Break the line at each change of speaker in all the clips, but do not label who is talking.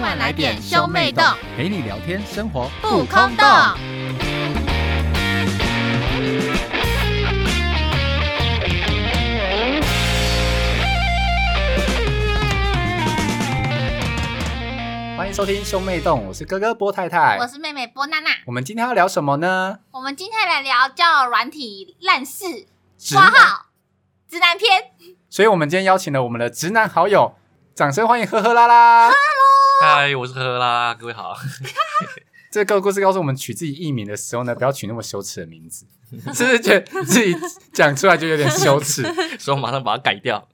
快来点兄妹洞，
陪你聊天，生活
不空洞。
欢迎收听兄妹洞，我是哥哥波太太。
我是妹妹波娜娜，
我们今天要聊什么呢？
我们今天来聊交友软体烂事，
直
挂
男。
号直男篇。
所以我们今天邀请了我们的直男好友，掌声欢迎呵呵啦啦。
嗨，我是何啦，各位好。
这个故事告诉我们，取自己艺名的时候呢，不要取那么羞耻的名字，是不是觉得自己讲出来就有点羞 耻？
所以我马上把它改掉。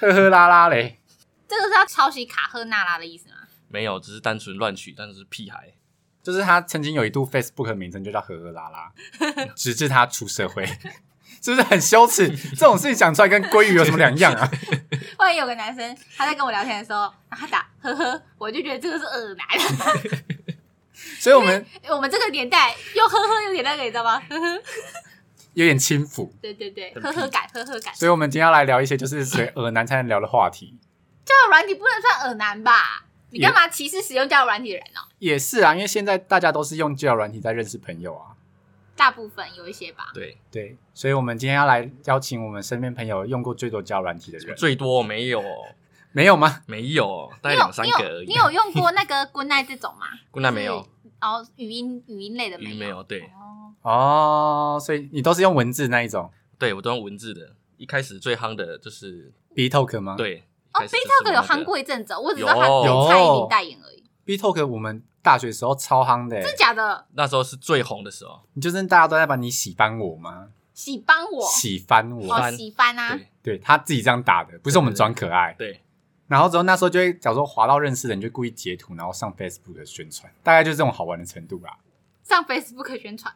呵呵啦啦嘞，
这个是要抄袭卡赫娜拉的意思吗？
没有，只是单纯乱取，但是屁孩。
就是他曾经有一度 Facebook 的名称就叫呵呵啦啦，直至他出社会，是不是很羞耻？这种事情讲出来跟鲑鱼有什么两样啊？
万一有个男生他在跟我聊天的时候，然后他打呵呵，我就觉得这个是恶男。
所以我们
我们这个年代又呵呵又点那个，你知道吗？呵呵，
有点轻浮，
对对对，
很
呵呵感，呵呵感。
所以我们今天要来聊一些就是属于耳男才能聊的话题。
交友软体不能算恶男吧？你干嘛歧视使用交友软体的人哦？
也是啊，因为现在大家都是用交友软体在认识朋友啊，
大部分有一些吧。
对，
对，所以我们今天要来邀请我们身边朋友用过最多交友软体的人，
最多没有，
没有吗？
没有，大
你
概
有
两三
你
个而
有
已。
你有用过那个 Good Night 这种吗？
姑奶没有，
哦，语音语音类的没有。
鱼没有，对，
哦，
哦，所以你都是用文字那一种
对我都用文字的。一开始最夯的就是
B Talk 吗？
对，
哦
一开始就是
，BTOK 有
那个
夯过一阵子哦，我只知道
有
他
有
蔡依林代言而已，
，B Talk 我们大学时候超夯的欸，
真假的？
那时候是最红的时候。
你就是大家都在把你洗翻我吗？
喜帮我，
洗翻我，
哦，
翻
喜翻啊，
对
对他自己这样打的，不是我们
对对
装可爱。
对，
然后之后那时候就会，假如说滑到认识的人，就故意截图，然后上 Facebook 的宣传，大概就是这种好玩的程度啦。
上 Facebook 宣传，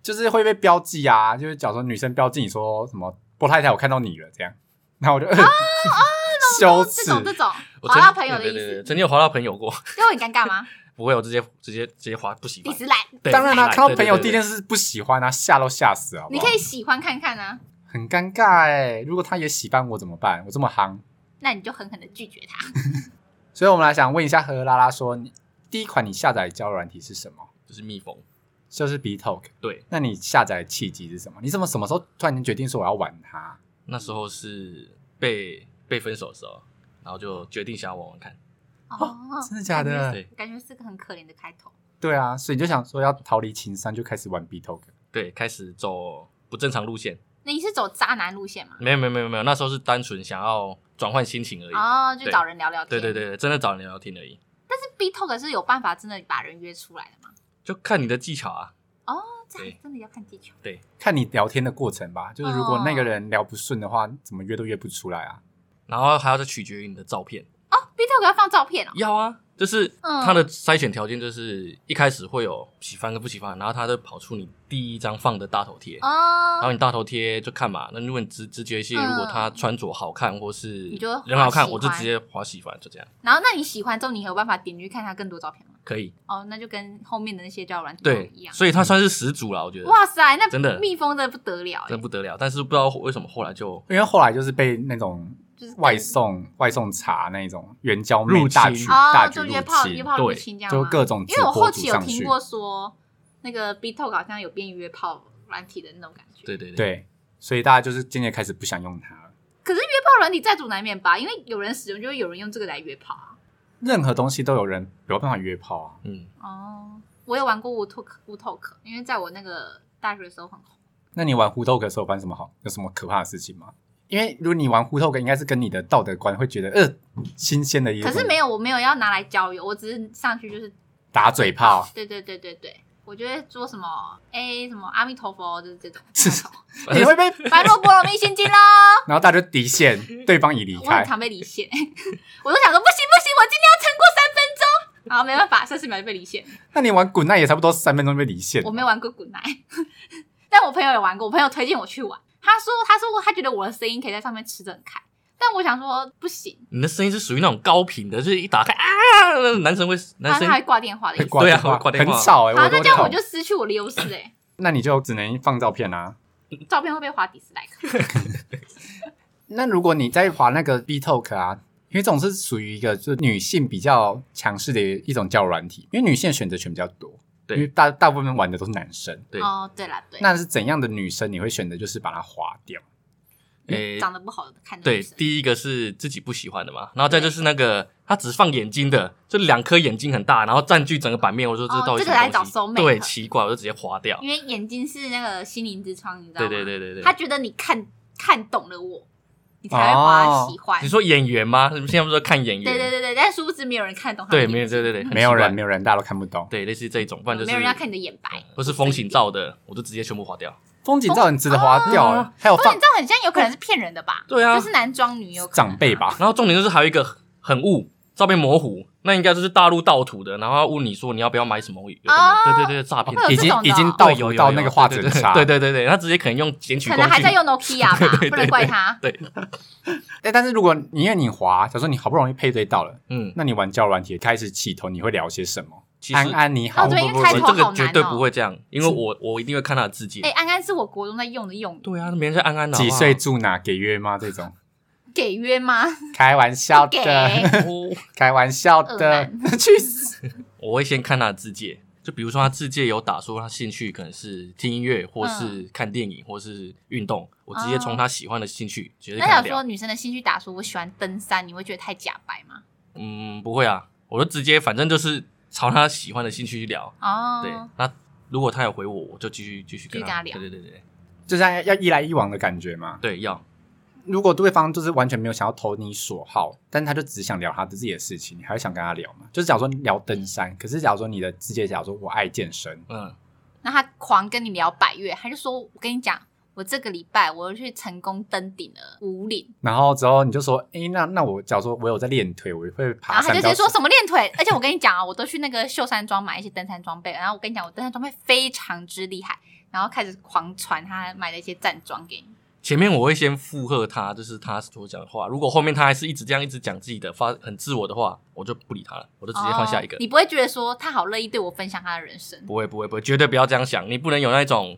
就是会被标记啊，就是假如说女生标记你说什么波太太，我看到你了这样，然后
哦
我就、 羞
这
耻，
种这种
我
划到朋友的
对
意
对对对
思，
曾经有滑到朋友过，
这会很尴尬吗？
不会，我直接直接直接滑不喜
第
欢。
十来，
对
当然啦、
对
看到
对
朋友
对对
第一件事不喜欢啊，吓都吓死了好不
你
好，
可以喜欢看看啊，
很尴尬哎、如果他也喜欢我怎么办？我这么夯，
那你就狠狠的拒绝 他。
所以我们来想问一下何拉拉说，你第一款你下载交友软体是什么？
就是蜜蜂。
就是 B Talk，
对，
那你下载的契机是什么？你怎么什么时候突然间决定说我要玩它？
那时候是被被分手的时候，然后就决定想要玩玩看。
哦，
真的假的？
对
感觉是个很可怜的开头。
对啊，所以你就想说要逃离情伤，就开始玩 B Talk。
对，开始走不正常路线。
那你是走渣男路线吗？
没有没有没有没有，那时候是单纯想要转换心情而已。
哦，就
对
找人聊聊
对
天。
对对，对真的找人聊天而已，
那 B Talk 是有办法真的把人约出来的吗？
就看你的技巧啊。
哦，这还
对
真的要看技巧。
看你聊天的过程吧，就是如果那
哦
个人聊不顺的话，怎么约都约不出来啊。
然后还要再取决于你的照片。
哦，B Talk 要放照片哦。
要啊，就是
嗯
它的筛选条件就是一开始会有喜欢跟不喜欢，然后它就跑出你第一张放的大头贴。然
哦，
后你大头贴就看嘛，那如果你直直觉性，
嗯
如果他穿着好看或是
你就会
人好看，
滑喜欢
我就直接划喜欢，就这样
然后那你喜欢之后，你有办法点进去看他更多照片吗？
可以。
哦，那就跟后面的那些交友软体
对
一，样。
所以他算是始祖了，我觉得
哇塞，那
真的
蜜蜂真的不得了欸，
真不得了。但是不知道为什么后来就
因为后来就是被那种
就是更
外送、外送茶那种援交妹
入侵
大举大
哦，
举
就
入
约炮
侵
约，炮入
对
侵这样
就
吗
各种
因
直
为我
播
后
主
期有
上
听
去。
过说，那个 B Talk 好像有便于约炮软体的那种感觉。
对对对，
对，所以大家就是渐渐开始不想用它了。
可是约炮软体在所难免吧，因为有人使用，就会有人用这个来约炮啊。
任何东西都有人有办法约炮啊。
嗯，
哦，我有玩过 Wu Talk Wu Talk，因为在我那个大学的时候很红。
那你玩互斗的时候发生什么好有什么可怕的事情吗？因为如果你玩互斗，应该是跟你的道德观会觉得呃新鲜的一种，
可是没有，我没有要拿来交友，我只是上去就是
打嘴炮。
对对对对对，我就会说什么哎、什么阿弥陀佛，就是这种
是
那种
你会被，
白若波罗蜜心经喽。
然后大家就离线，对方已离
我很
开。
常被离线， 我都想说不行不行，我今天要撑过三分钟。然后没办法，三十秒就被离线。
那你玩滚蛋也差不多三分钟就被离线。
我没有玩过滚奶， 但我朋友有玩过，我朋友推荐我去玩。他说他说他觉得我的声音可以在上面吃得很开，但我想说不行，
你的声音是属于那种高频的，就是一打开啊，男生会
然
男
后
生哎
他还挂电话的
会
意思。
挂电
对啊
话，
会挂电话
很吵哎、
好，那
我都
这样我
痛
就失去我的优势哎，
那你就只能放照片啊。
照片会被划 dislike。
那如果你在滑那个 B Talk 啊，因为这种是属于一个就是女性比较强势的一种教软体，因为女性选择权比较多，
对
因为大大部分玩的都是男生。
对
哦，对啦，对，
那是怎样的女生你会选择就是把它划掉？
诶、
长得不好看的
对，
女生，
第一个是自己不喜欢的嘛，然后再就是那个他只放眼睛的，就两颗眼睛很大，然后占据整个版面，我说这
哦
到底
这
什
个
么
来
东
找
西
soulmate
对，
的
奇怪，我就直接划掉。
因为眼睛是那个心灵之窗，你知道
对
吗？
对对对对，
他觉得你看看懂了我，你才会花
哦
喜欢。
你说演员吗？你们现在不是说看演员？
对对对对，但殊不知没有人看得懂他的
对，
眼睛。嗯
没有对对对，很
没有
奇怪
人，没有人，大家都看不懂。
对，类似这一种，不然就是
没有人要看你的眼白。
或是风景照的，我就直接全部划掉。
风景照很值得划掉、
哦
欸还有
不过
放
你知道，很像有可能是骗人的吧？
对啊
就是男装女有可能
长辈吧，
然后重点就是还有一个很雾，照片模糊，那应该就是大陆盗图的，然后他问你说你要不要买什么有的没
哦
对对对，诈骗
会有
已
这
经
种的
已
哦
经
对
到
有有有
到那个画质
对对对
差。
对对对对，他直接可能用检 举
可
工
能还在
具。
用 Nokia 吧，不能怪他。
对，
哎，但是如果你因为你滑，假如说你好不容易配对到了，
嗯，
那你玩交友软体开始起头，你会聊些什么？
其实
安安你
哦
好，
对
不
因为
不
开
不
头
我这
好难
个绝对
哦
不会这样，因为我我一定会看他的字迹
哎，。安安是我国中在用的用语，
对啊，那别人叫安安的
几岁？住哪给约吗？这种
给约 吗？
开玩 笑
给
的，
好不好哦
开玩笑的， 去死！
我会先看他的字界，就比如说他字界有打说他兴趣可能是听音乐，或是看电影，或是运动，我直接从他喜欢的兴趣直接
那
看他
想
聊
说女生的兴趣打说我喜欢登山，你会觉得太假白吗？
嗯，不会啊，我就直接反正就是朝他喜欢的兴趣去聊。对
哦，，
那如果他有回我，我就继续继续跟他
继续跟他聊
对对对对
就像要一来一往的感觉嘛。
对，要
如果对方就是完全没有想要投你所好，但他就只想聊他的自己的事情，你还会想跟他聊吗？就是假如说聊登山，可是假如说你的直接假如说我爱健身，
嗯，
那他狂跟你聊百越，他就说：“我跟你讲，我这个礼拜我又去成功登顶了五岭。
然后之后你就说，诶，那那我假如说我有在练腿，我会”
然
爬
后他
山
就直
高
接
处
说，什么练腿，而且我跟你讲啊，我都去那个秀山庄买一些登山装备，然后我跟你讲，我登山装备非常之厉害，然后开始狂传他买的一些站桩给你。
前面我会先附和他，就是他所讲的话。如果后面他还是一直这样一直讲自己的发很自我的话，我就不理他了，我就直接换下一个。
哦你不会觉得说他好乐意对我分享他的人生，
不会不会不会，绝对不要这样想，你不能有那种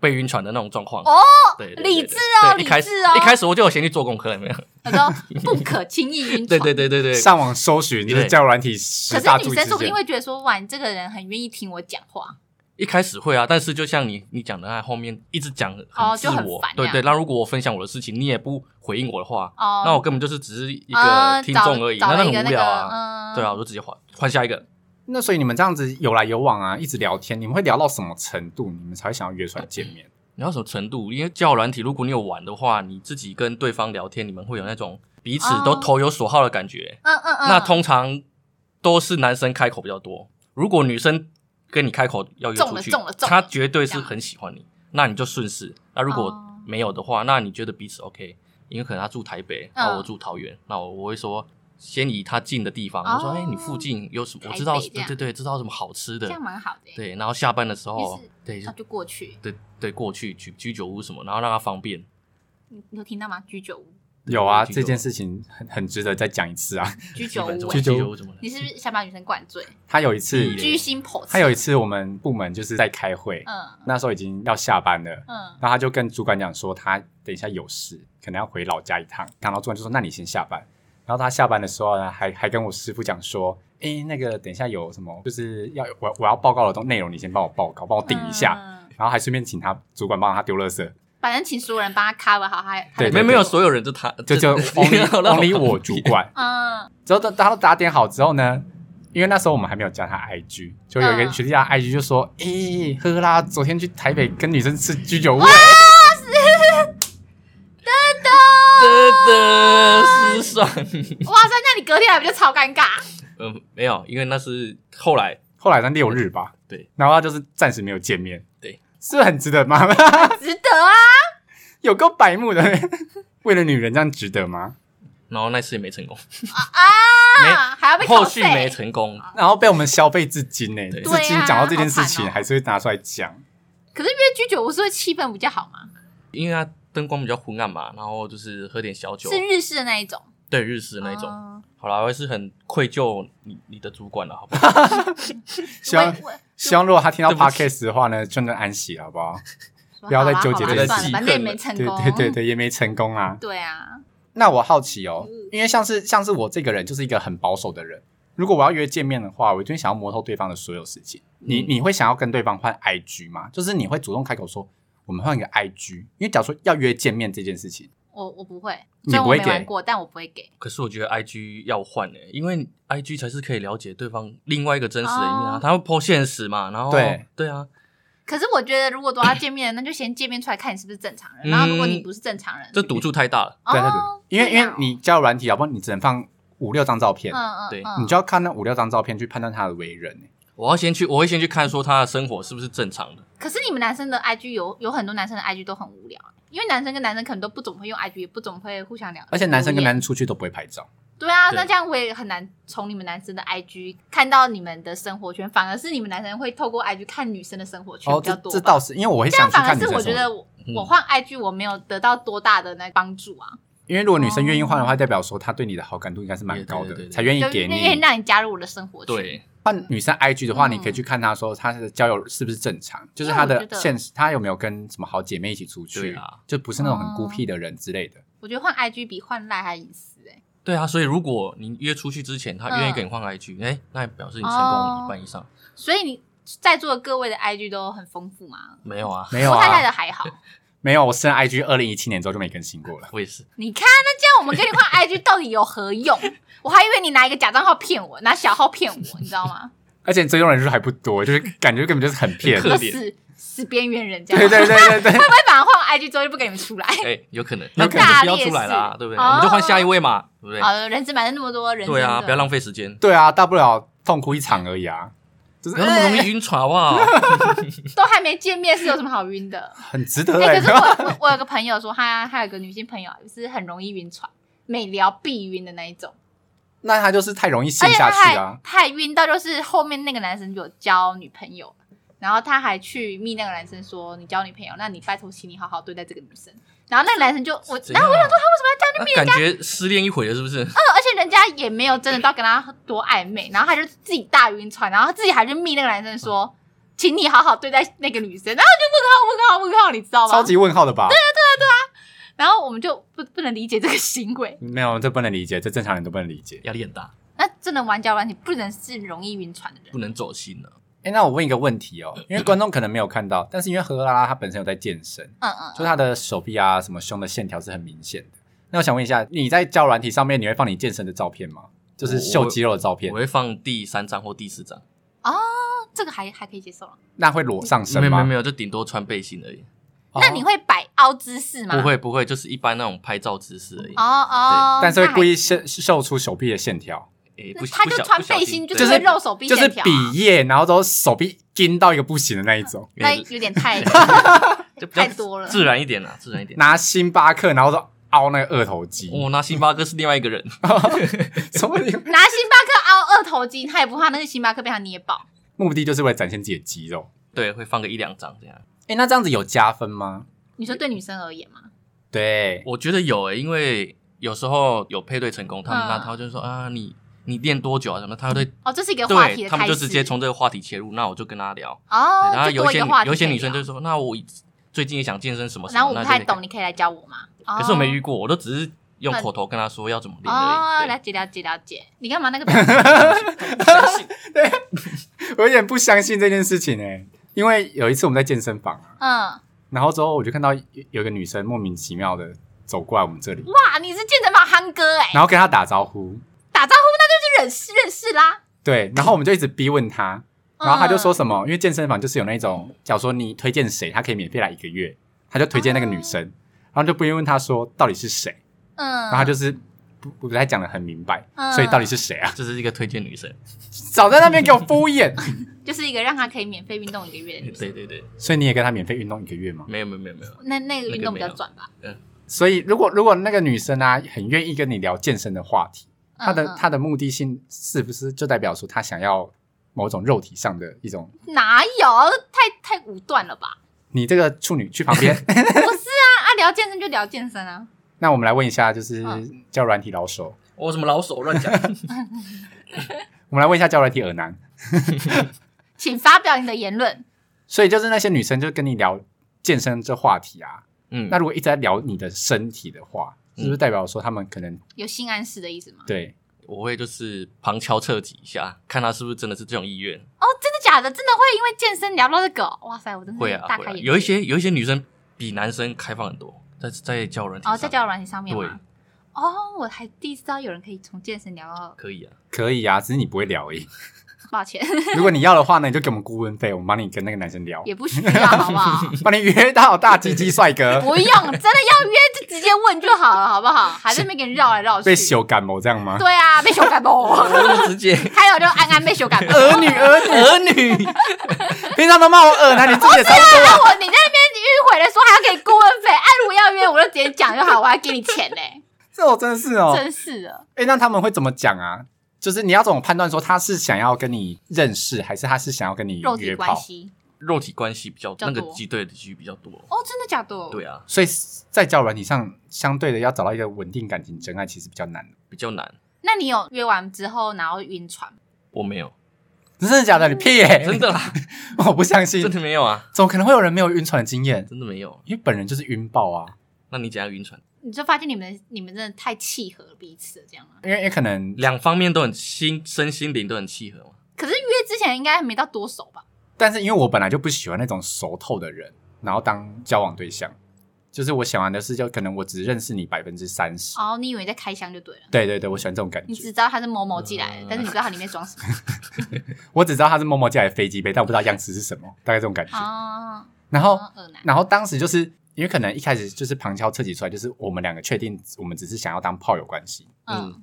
被晕船的那种状况。
哦，
对，对
理智哦
对对一开始
理智哦
一开始我就有先去做功课，有没有？
他说呃不可轻易晕船。
对对对对对，
上网搜寻就是
对
交友软体十
可
大
是
注
女
意
生
事
说不定
件。
会觉得说，哇，你这个人很愿意听我讲话，
一开始会啊，但是就像你你讲的，那后面一直讲
哦
很自
就很
我，
烦这
对
样
对。那如果我分享我的事情，你也不回应我的话，
哦
那我根本就是只是一
一
个听众而已，那
找了
很
一个
无
那
聊
个，
啊。
嗯，
对啊，我就直接换换下一个。
那所以你们这样子有来有往啊，一直聊天，你们会聊到什么程度，你们才会想要约出来见面？
你要什么程度？因为交友软体，如果你有玩的话，你自己跟对方聊天，你们会有那种彼此都
哦
投有所好的感觉。
嗯嗯嗯，
那通常都是男生开口比较多。如果女生跟你开口要约
中
出
了
去
中了，中了
她绝对是很喜欢你，那你就顺势。那如果
哦
没有的话，那你觉得彼此 OK？因为可能她住台北，
嗯
那我住桃园，那我我会说。先以她近的地方，
哦
我说：“哎、你附近有什么？我知道，
台北这
对
样
对对，知道什么好吃
这
的
样。蛮好的耶，
对，然后下班的时候
于是，
对
那就过去。
对对，过去去居酒屋什么，然后让她方便。
你你有听到吗？居酒屋，
有啊，
对
这件事情很很值得再讲一次啊。
居酒
基本
屋
上
欸，
居酒屋
居酒屋怎么了？
你是不是想把女生灌醉？
他有一次，
嗯
居心叵测。
他有一次我们部门就是在开会，
嗯
那时候已经要下班了，
嗯
然后他就跟主管讲说，他等一下有事，可能要回老家一趟。然后主管就说：“那你先下班。”然后他下班的时候呢，还还跟我师傅讲说：“诶，那个等一下有什么，就是要我我要报告的东内容，你先帮我报告，帮我顶一下。
嗯
然后还顺便请他主管帮他丢垃圾，
反正请所有人帮他 cover 好，他他
对
的
没有没有，所有人就他
就就 only only 我主管。
嗯
之后他他都打点好之后呢，因为那时候我们还没有加他 IG，就有一个
嗯
学弟加他 IG 就说：“诶，呵啦，昨天去台北跟女生吃居酒屋。”
啊
真的是爽。
哇塞，那你隔天来不就超尴尬？
嗯，没有，因为那是后来
后来在六日吧，
对，
然后他就是暂时没有见面，
对，
是不是很值得吗？
值得啊！
有够白目的，为了女人这样值得吗？
然后那次也没成功，
啊还要被
后
扣
续
费
没成功。
然后被我们消费至今呢、
对
至今讲到这件事
对
情
啊好惨哦
还是会拿出来讲，
可是因为居酒屋是会气氛比较好嘛，
因为它灯光比较昏暗嘛，然后就是喝点小酒，
是日式的那一种，
对日式的那一种。
嗯
好啦，我也是很愧疚你你的主管了，好 不好？
希望
我我
希望如果他听到
对不
podcast 的话呢，就能安息了好不好？
说
不要再
好啦
纠结
好啦
这个
算了
气
反正也
氛
没
了
成
对
功。
对对对，也没成功啊。
对啊，
那我好奇哦
嗯，
因为像是像是我这个人就是一个很保守的人，如果我要约见面的话，我就会想要摸透对方的所有事情。你
嗯
你会想要跟对方换 IG 吗？就是你会主动开口说我们换一个 IG，因为假如说要约见面这件事情，
我我不会，
你
虽然
不
我
会
没玩
给
过，但我不会给。
可是我觉得 I G 要换诶、因为 I G 才是可以了解对方另外一个真实的一面啊
哦。
他会 po 现实嘛，然后
对
啊，
可是我觉得，如果都要见面，那就先见面出来看你是不是正常人。
嗯
然后，如果你不是正常人，
这赌注太大了。
哦
对，那种因为
这
因
样
为你交友软体，要不然你只能放五六张照片
嗯，嗯
对
嗯
你就要看那五六张照片去判断他的为人。欸
我要先去，我会先去看说他的生活是不是正常的。
可是你们男生的 IG 有有很多男生的 IG 都很无聊，啊因为男生跟男生可能都不总会用 IG，也不总会互相聊。
而且男生跟男
留言
生出去都不会拍照，
对啊，
对
那这样我也很难从你们男生的 IG 看到你们的生活圈，反而是你们男生会透过 IG 看女生的生活圈
哦，
比
这
较多吧。
这倒是，因为我会
这样
想去
反而
看女
是
生
我觉
什么。
得我
嗯
我换 IG 我没有得到多大的那帮助啊，
因为如果女生愿意换的话，代表说她对你的好感度应该是蛮高
哦对对
的，
对对
才愿意
就
给
愿
你
意。让你加入我的生活圈。
对，
换女生 IG 的话，
嗯
你可以去看她说她的交友是不是正常，就是她
因为
的
我觉得
现实，她有没有跟什么好姐妹一起出
对
去
啊，
就不是那种很孤僻的人之类的。
我觉得换 IG 比换赖还隐私哎、
对啊，所以如果你约出去之前，他愿
嗯
意
哦
跟你换 I G，哎、那表示你成功一半以上。
所以你在座的各位的 IG 都很丰富吗？
没有啊，
没有
我太太
啊，
的还好，
没有，我升 IG 二零一七年之后就没更新 过了。
我也是。
你看那这样我们跟你换 IG 到底有何用？我还以为你拿一个假账号骗我，拿小号骗我，你知道吗？
而且追踪人数还不多，就是感觉根本就是很骗。
特
就
别
死死边缘人这样。
对对对对对，
会不会反而换 IG 之后就不给你们出来？
哎、有可能，
有
那
可
可
能
能就不要出来啦、
大劣势
对不对？
哦
我们就换下一位嘛，对不对？
好了，人生反正那么多人生，
对啊，不要。浪费时间，
对啊，大不了痛哭一场而已啊，就是
不要那么容易晕船好 不好？
都还没见面，是有什么好晕 的？
很值得
哎、
欸
可是我
啊
我我有个朋友说，他他有个女性朋友，啊就是很容易晕船，每聊必晕的那一种，
那他就是太容易
而
陷
且
下
他还
去啊。
他还晕到就是后面那个男生有交女朋友，然后他还去密那个男生说，你交女朋友，那你拜托请你好好对待这个女生。然后那个男生就我，
怎
然
样
后我想说他为什么要这样？
那感觉失恋一回了，是不是？
而且人家也没有真的到跟他多暧昧，然后他就自己大晕船，然后他自己还去密那个男生说，请你好好对待那个女生，然后就问号问号问号，你知道吗？
超级问号的吧？
然后我们就不不能理解这个行为。
没有，这不能理解，这正常人都不能理解。
压力很大，
那真的玩交友软体不能是容易晕船的人
不能走心了、
哎、那我问一个问题哦，因为观众可能没有看到，但是因为何拉拉她本身有在健身，
嗯嗯，
就是她的手臂啊、什么胸的线条是很明显的。那我想问一下，你在交友软体上面你会放你健身的照片吗？就是秀肌肉的照片
我，会放第三张或第四张，
哦，这个还还可以接受了。
那会裸上身
没有没
吗？
有没有，就顶多穿背心而已，
哦
那你会摆凹姿势吗？
不。会不会，就是一般那种拍照姿势而已。
哦哦，
但是
那
会
还
故意秀秀出手臂的线条，
诶
哦那
不
他就穿背心，
就是
就是
会露手臂
就是
线条啊，
比耶，然后都手臂筋到一个不行的那一种，
那有点太
就比较
太多了。
自然一点啦，
嗯
自然一点。
拿星巴克然后都凹那个二头肌，
我拿哦星巴克是另外一个人，
什么理由
拿星巴克凹二头肌，他也不怕那个星巴克被他捏爆。
目的就是为了展现自己的肌肉。
对，会放个一两张这样。
哎、那这样子有加分吗？
你说对女生而言吗？
对，
我觉得有欸诶、因为有时候有配对成功，他们那
嗯
他就说啊，你你练多久啊什么，他会
哦，这是一个话题
对
的
他
开始。
们就直接从这个话题切入，那我就跟他聊。
哦，
对然后
就
有
多
一
一
些
个
女
话题
有一些
可以
女生
聊
就说，那我最近也想健身什么什么，
然后我
那
不
就可以
太懂，你可以来教我吗？
可是我没
哦
遇过，我都只是用口头跟他说要怎么练而
哦，
已。
了
对
解了解了解。你干嘛那个表情？
我有点不相信这件事情哎、因为有一次我们在健身房啊，
嗯，
然后之后我就看到有有一个女生莫名其妙的走过来我们这里，
哇，你是健身房憨哥哎、
然后跟她打招呼，
打招呼那就是认识认识啦。
对，然后我们就一直逼问她，然后她就说
嗯
什么，因为健身房就是有那种，假如说你推荐谁，她可以免费来一个月，她就推荐那个女生，然后就不用问她说到底是谁，
嗯，
然后她就是不不太讲的很明白，
嗯
所以到底是谁啊？
这是一个推荐女生，
早在那边给我敷衍，
就是一个让他可以免费运动一个月的女生。
对对对，
所以你也跟她免费运动一个月吗？
没有没有没有没有，
那那个运动比较
那个没有
赚吧？
所以如果如果那个女生啊很愿意跟你聊健身的话题。
嗯
他的、
嗯
他的目的性是不是就代表说他想要某种肉体上的一种？
哪有太太武断了吧？
你这个处女去旁 边，
啊啊，聊健身就聊健身啊。
那我们来问一下，就是
嗯
叫软体老手，
我什么老手乱讲，
我们来问一下叫软体耳男。
请发表你的言论。
所以就是那些女生就跟你聊健身这话题啊，
嗯
那，如果一直在聊你的身体的话，是不是代表说他们可能
有性暗示的意思吗？
对
我会就是旁敲侧击一下，看他是不是真的是这种意愿。
哦，真的假的？真的会因为健身聊到这个？哇塞，我真的
会
是
啊
嗯大
会
开
啊，
眼界。
有一些有一些女生比男生开放很多，在在交友软体
哦，
上
在交友软体上面
对
吗？哦，我还第一次知道有人可以从健身聊到，
可以啊，
可以啊，只是你不会聊而已。
抱歉，
如果你要的话呢，你就给我们顾问费，我们帮你跟那个男生聊，
也不需要，好不 好？
帮你约到大鸡鸡帅哥，
不用，真的要约就直接问就好了，好不好？还在那边给你绕来绕去。
被羞感冒这样吗？
对啊，被修改
我
不？
那么直接
还有就安安被修改不？
儿女儿女
儿女，
平常都骂我恶男，你自己也差不多啊。
我你在那边迂回的说还要给顾问费，哎，如果要约我就直接讲就好，我还给你钱嘞，
这我真的是哦，
真是的。
哎、那他们会怎么讲啊？就是你要怎么判断说他是想要跟你认识，还是他是想要跟你
肉体
约
关
炮？
系
肉体关系比较
较
那
多
个鸡对的几率比较多。
哦，真的假的？
对啊，
所以在交友软体上，相对的要找到一个稳定感情真爱，其实比较难。
比较难。
那你有约完之后然后晕船吗？
我没有，
真的假的？你屁、欸！
真，的啦，
我不相信
真，的没有啊，
怎么可能会有人没有晕船的经验？
真的没有。
因为本人就是晕爆啊，
那你怎样晕船？
你就发现你们你们真的太契合彼此了，这样吗？啊
因为也可能，
两方面都很心身心灵都很契合嘛。
可是约之前应该还没到多熟吧？
但是因为我本来就不喜欢那种熟透的人，然后当交往对象，就是我喜欢的是，就可能我只认识你百分之三十。
哦，你以为在开箱就对了，
对对对，我喜欢这种感
你
觉。
只知道它是某某寄来的，
嗯
但是你不知道它里面装什 么。
我只知道他是默默寄来的飞机杯，但我不知道样式是什么，大概这种感觉。
哦，
然后
好恶男，
然后当时就是因为可能一开始就是旁敲侧击出来，就是我们两个确定我们只是想要当炮友关系。
嗯，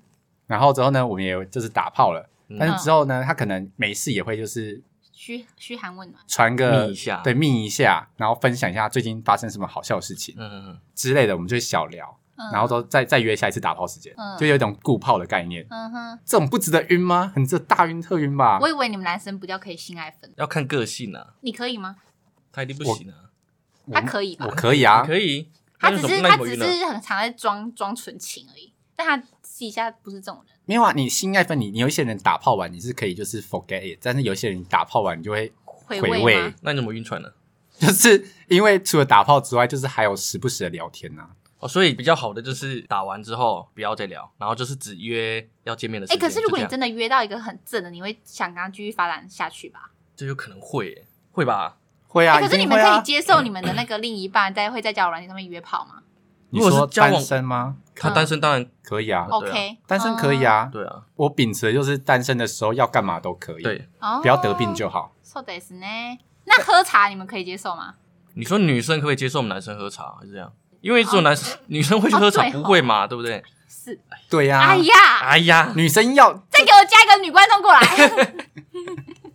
然后之后呢，我们也就是打炮了，
嗯
但是之后呢，他可能没事也会就是
嘘嘘寒问暖，
传个
密一下
对，密一下，然后分享一下最近发生什么好笑的事情
嗯，
之类的，我们就会小聊，
嗯
然后都再再约下一次打炮时间，
嗯
就有一种固炮的概念。
嗯哼，
这种不值得晕吗？很值得大晕特晕吧？
我以为你们男生比较可以性爱分，
要看个性啊，
你可以吗？
他一定不行啊。
我
他可以吧
我？可以啊，
可以，
他
那
只
有什
是
么
他
那有
只
什么晕啊
是很常在装装纯情而已，但他私底下不是这种人。
没有啊，你性爱分你，你有一些人打炮完你是可以就是 forget it，但是有一些人打炮完你就会
回
回
味吗
味？，
那你怎么晕船呢？
就是因为除了打炮之外，就是还有时不时的聊天啊呐、
哦，所以比较好的就是打完之后不要再聊，然后就是只约要见面的时
哎、
间。
可是如果你
就这
真
样
的约到一个很正的，你会想跟他继续发展下去吧？
就有可能会耶会吧？
会啊，
欸可是
一
你
定
们
会
可
啊
以。接受你们的那个另一半在会在交友软件上面约炮吗
你
如
说
果是交往
单身吗？
他
嗯哦
单身当然
可以啊，
对啊
？OK，
单身可以啊。
对啊，
我秉持的就是单身的时候要干嘛都可以，，
对。
哦，
不要得病就好。
そうですね。那喝茶你们可以接受吗？
你说女生可不可以接受我们男生喝茶？还是这样？因为只有男生、女生会去
哦
喝茶，
啊对哦
不会嘛？对不对？
是，
对啊呀、
哎呀，
哎呀，
女生要，
再给我加一个女观众过来，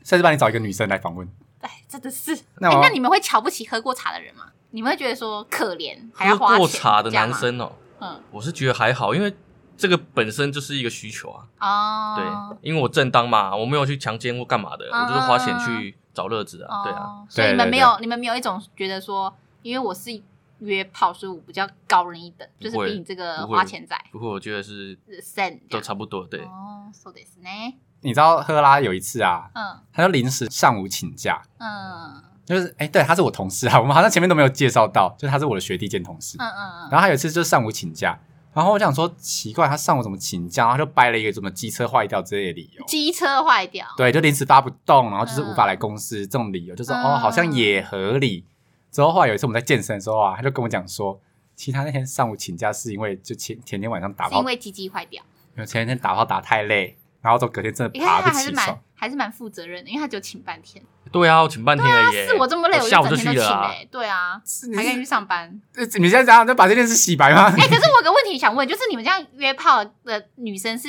下次帮你找一个女生来访问。
哎，真的是。
那
哎
我要
那你们会瞧不起喝过茶的人吗？你们会觉得说可怜还要
喝
花
过
钱
茶的
这样
男
吗？
生哦、
嗯，
我是觉得还好，因为这个本身就是一个需求啊。对，
哦，
因为我正当嘛，我没有去强奸或干嘛的，
啊
我就是花钱去找乐子啊。对啊，
哦，所以你
对对
们
对
没有，你们没有一种觉得说，因为我是约炮，所以我比较高人一等，
不
就
会
是比你这个
不会
花钱仔
不过我觉得是
sen
都差不多。对，
哦，そうですね。
你知道赫拉有一次啊，
嗯
她就临时上午请假，
嗯
就是哎、对，她是我同事啊，我 们好像前面都没有介绍到，就是她是我的学弟兼同事。
嗯嗯嗯，
然后还有一次就是上午请假，然后我想说奇怪，他上午怎么请假？然后他就掰了一个什么机车坏掉之类的理由，
机车坏掉，
对，就临时发不动，然后就是无法来公司、这种理由，就说、
嗯
哦，好像也合理。之后后来有一次我们在健身的时候啊，他就跟我讲说，其实他那天上午请假是因为就前前天晚上打
是因
炮，
为鸡鸡坏掉。
前前天打炮打太累，然后之后隔天真
你
的爬
看他
不
还是
起
蛮
床。
还是蛮负责任的，因为他只有请半天。
对啊，我请半天了耶。
是我这么累，
我
我
下午
整
就
天都
去
请
了啊
嘞。对啊，
是你
还敢去
是
上班？
呃你现在这样就把这件事洗白吗？
哎、可是我有个问题想问，就是你们这样约炮的女生是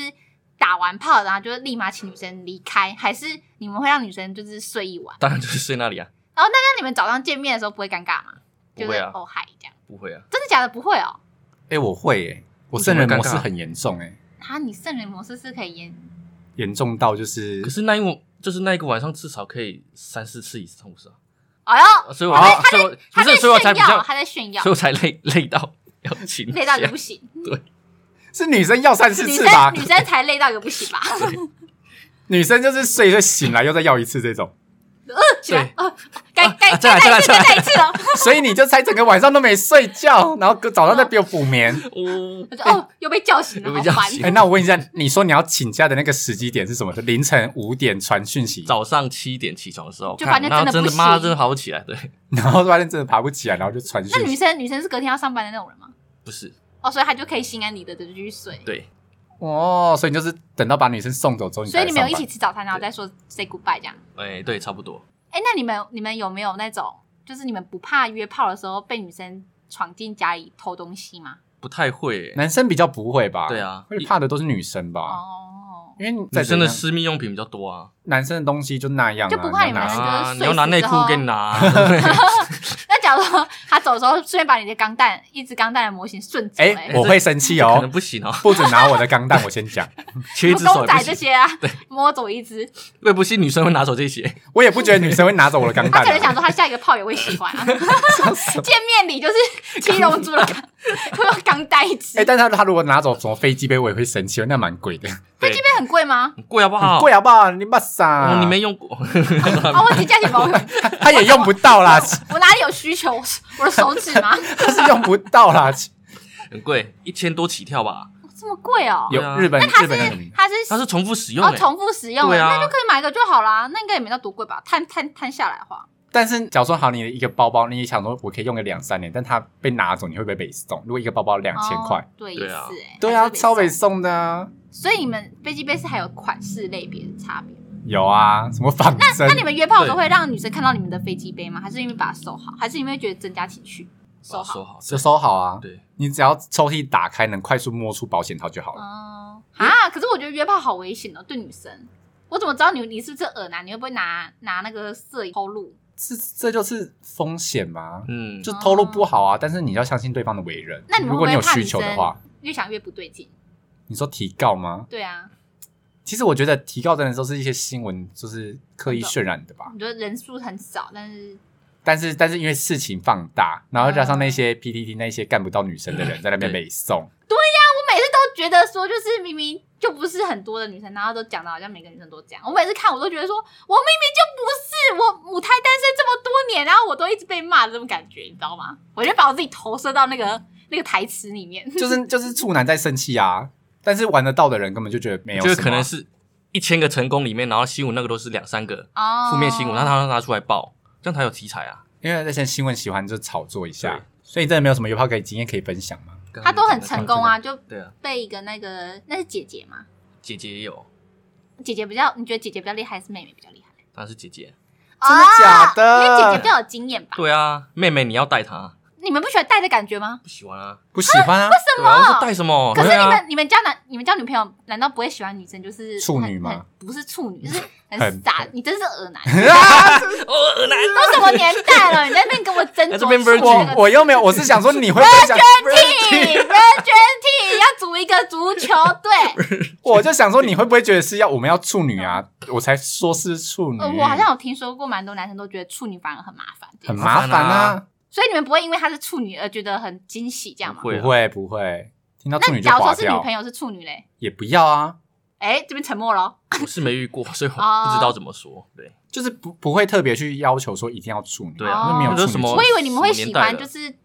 打完炮然后就是立马请女生离开，还是你们会让女生就是睡一晚？
当然就是睡那里啊，
那你们早上见面的时候不会尴尬吗？就
不
是
会啊
哦嗨这样，
不会啊。
真的假的？不会哦。
哎、我会耶、我
你
圣
怎么
人模
尴
式
尬
很严重哎、
啊，你圣人模式是可以演
严重到就是
可是那一晚就是那一个晚上至少可以三四次以上，不是啊？
哎呦，
啊所以我
他
所以我
他
不
在
是，所以我才
炫
比
耀，
较，
他在炫耀
所以，我才累累到要请
累到一
假
个不 行。
是女生要三四
女
次
生
吧？
女生才累到一个不行吧？
女生就是睡一睡醒来又再要一次这种，
呃，起来，呃，该该该
啊再
该再
来
一次，
再来
该再一次哦了。
所以你就才整个晚上都没睡觉，然后隔早上再给我补眠。
哦，
我就哦，又被叫醒了，
又被
好
叫
烦。
醒
哎、那我问一下，你说你要请假的那个时机点是什么？凌晨五点传讯息，
早上七点起床的时候，
就
看
发现
然后
真的
真
不
的妈
行
真的好起来，对，
然后发现真的爬不起来，然后就传
那
讯
女
息。
生女生是隔天要上班的那种人吗？
不是
哦，所以她就可以心安理得的就去睡。
对，
哦，所以你就是等到把女生送走之后，
所以
你
你
才
们有
来
一
上
起吃早餐，然后再说 say goodbye 这样。
哎对，差不多。
哎，那你们你们有没有那种，就是你们不怕约炮的时候被女生闯进家里偷东西吗？
不太会、欸
班男生比较不会吧？
对啊
会怕的都是女生吧？
哦，
因为你
女
在
生的
怎样
私密用品比较多啊，
男生的东西就那样、啊，
就不怕你们
要拿
男生就是
啊，
睡
你要拿
死
内
之
裤
后
给你拿，啊
那假如说他走的时候顺便把你的钢弹，一只钢弹的模型顺走、
哎、
哎、
我会生气
可
哦
能，不 行哦，
不准拿我的钢弹，我先讲，
缺一
什
只
么
手
公
也不
仔这
行。
些啊，摸走一 只，
我也不信女生会拿走 这些，
我也不觉得女生会拿走我的钢
他
弹、
可能想
啊。
说他下一个炮友会喜欢啊。 见面礼就是七龙珠了，会有 钢弹一只，
哎、但是他他如果拿走什么飞机杯，我也会生气，那蛮贵的，
对，
那很贵吗？
很贵好不好？
很贵好不好？你妈傻、
哦，你没用过，
啊，我只加钱包 邮，
他也用不到 啦，
我哪里有需求？我的手指 吗？
他是用不到啦。
很贵，一千多起跳吧。
这么贵哦？
有
对啊
日本
那它
日本人
是
很
它是
它是重复使用、
哦
欸，
重复使用的，
对啊
那就可以买一个就好啦，那应该也没到多贵吧？摊摊摊下来的话，
但是，假如说好你的一个包包，你也想说我可以用个两三年，但它被拿走，你会不会被送？如果一个包包两千块，
哦，对，也
对啊
是哎，
对
还
啊，
是
超
北
北
宋
送的啊，
所以你们飞机杯是还有款式类别的差别。
有啊，什么仿真
那？你们约炮的时候会让女生看到你们的飞机杯吗？还是因为把它收好？还是因为觉得增加情趣？收
把它
好。
收好，
就收好啊，
对，
你只要抽屉打开，能快速摸出保险套就好了。
哦、啊！可是我觉得约炮好危险哦，对女生。我怎么知道你你是不是耳男？你会不会拿拿那个摄影偷录？
这这就是风险吗？
嗯，
就透露不好啊，但是你要相信对方的为人。
哦那你们会不
如果
会
你有
怕
需
女
求
生
的话，
越想越不对劲？
你说提告吗？
对啊，
其实我觉得提告真的都是一些新闻，就是刻意渲染的吧。
你觉得人数很少，但是
但是但是因为事情放大，然后加上那些 PTT 那些干不到女生的人在那边
对
被送，
我每次都觉得说，就是明明就不是很多的女生，然后都讲的好像每个女生都这样。我每次看我都觉得说，我明明就不是我母胎单身这么多年，然后我都一直被骂的这种感觉，你知道吗？我就把我自己投射到那个那个台词里面。
就是就是处男在生气啊。但是玩得到的人根本就觉得没有什
就
么
是
啊，
可能是一千个成功里面，然后新闻那个都是两三个
哦
负面新闻，让他拿出来报，这样才有题材啊。
因为那些新闻喜欢就炒作一下
对，
所以真的没有什么约炮可以经验可以分享吗？
他都很成功啊，就
对啊，
被一个那个那是姐姐嘛，
姐姐也有，
姐姐比较，你觉得姐姐比较厉害还是妹妹比较厉害？
她是姐姐，
真的假
因为姐姐
的？
比较有经验吧？
对啊，妹妹你要带她，
你们不喜欢带的感觉吗？
不喜欢啊，
不喜欢啊，
什
对啊，我说
么？
带什么？
可是
对
你
啊
们、你们交男你们交女朋友，难道不会喜欢女生就是
处
很
女吗？
很不是处女，就是很
很
傻，你真是恶男。
哦，耳男，
都什么年代了，你在那边跟我争
哎
夺
这边
处女
virgin
这
我
个
我又没有，我是想说你会分享，
T，人 全体要组一个足球队。
我就想说你会不会觉得是要我们要处女啊？我才说是处女，
呃，我好像有听说过，蛮多男生都觉得处女反而很麻烦，
很麻烦啊，
所以你们不会因为她是处女而觉得很惊喜这样吗？
不会啊
不会不会，听到处
那
女就
假如
划
说是女
掉
朋，友是处女嘞？
也不要啊。
哎，这边沉默了。
我是没遇过，所以我
哦
不知道怎么说。对，
就是不不会特别去要求说一定要处女，
对
啊
那没有
那
就
处
是
女
哦什么
座
我以为你们会喜
什么年代
欢，
了
就是